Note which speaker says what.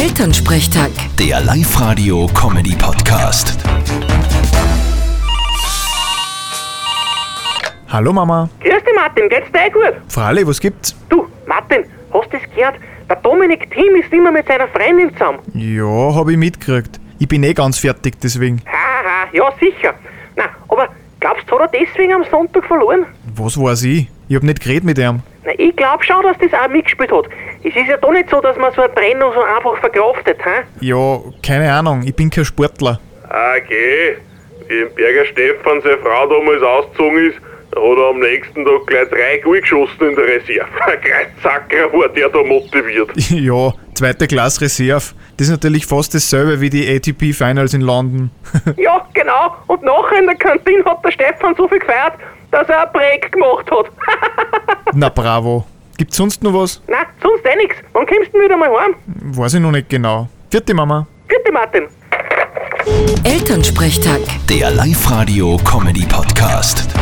Speaker 1: Elternsprechtag.
Speaker 2: Der Live-Radio-Comedy-Podcast.
Speaker 3: Hallo Mama.
Speaker 4: Grüß dich, Martin. Geht's dir eh gut?
Speaker 3: Frale, was gibt's?
Speaker 4: Du, Martin, hast du das gehört? Der Dominik Thiem ist immer mit seiner Freundin zusammen.
Speaker 3: Ja, hab ich mitgekriegt. Ich bin eh ganz fertig deswegen.
Speaker 4: Haha, ja, sicher. Na, aber glaubst du, hat er deswegen am Sonntag verloren?
Speaker 3: Was weiß ich? Ich hab nicht geredet mit ihm.
Speaker 4: Na, ich glaub schon, dass das auch mitgespielt hat. Es ist ja doch nicht so, dass man so eine Trennung so einfach verkraftet, hä?
Speaker 3: Ja, keine Ahnung, ich bin kein Sportler.
Speaker 5: Ah, geh. Wie im Berger Stefan seine Frau damals ausgezogen ist, da hat er am nächsten Tag gleich drei Goal geschossen in der Reserve. Kreuzsacker war der da motiviert.
Speaker 3: ja, zweite Klasse Reserve. Das ist natürlich fast dasselbe wie die ATP Finals in London.
Speaker 4: Ja, genau. Und nachher in der Kantine hat der Stefan so viel gefeiert, dass er einen Break gemacht hat.
Speaker 3: Na bravo. Gibt's sonst noch was?
Speaker 4: Na, sonst eh nix. Wann kommst du denn wieder mal heim?
Speaker 3: Weiß ich noch nicht genau. Vierte Mama.
Speaker 4: Bitte, Martin.
Speaker 1: Elternsprechtag.
Speaker 2: Der Live-Radio-Comedy-Podcast.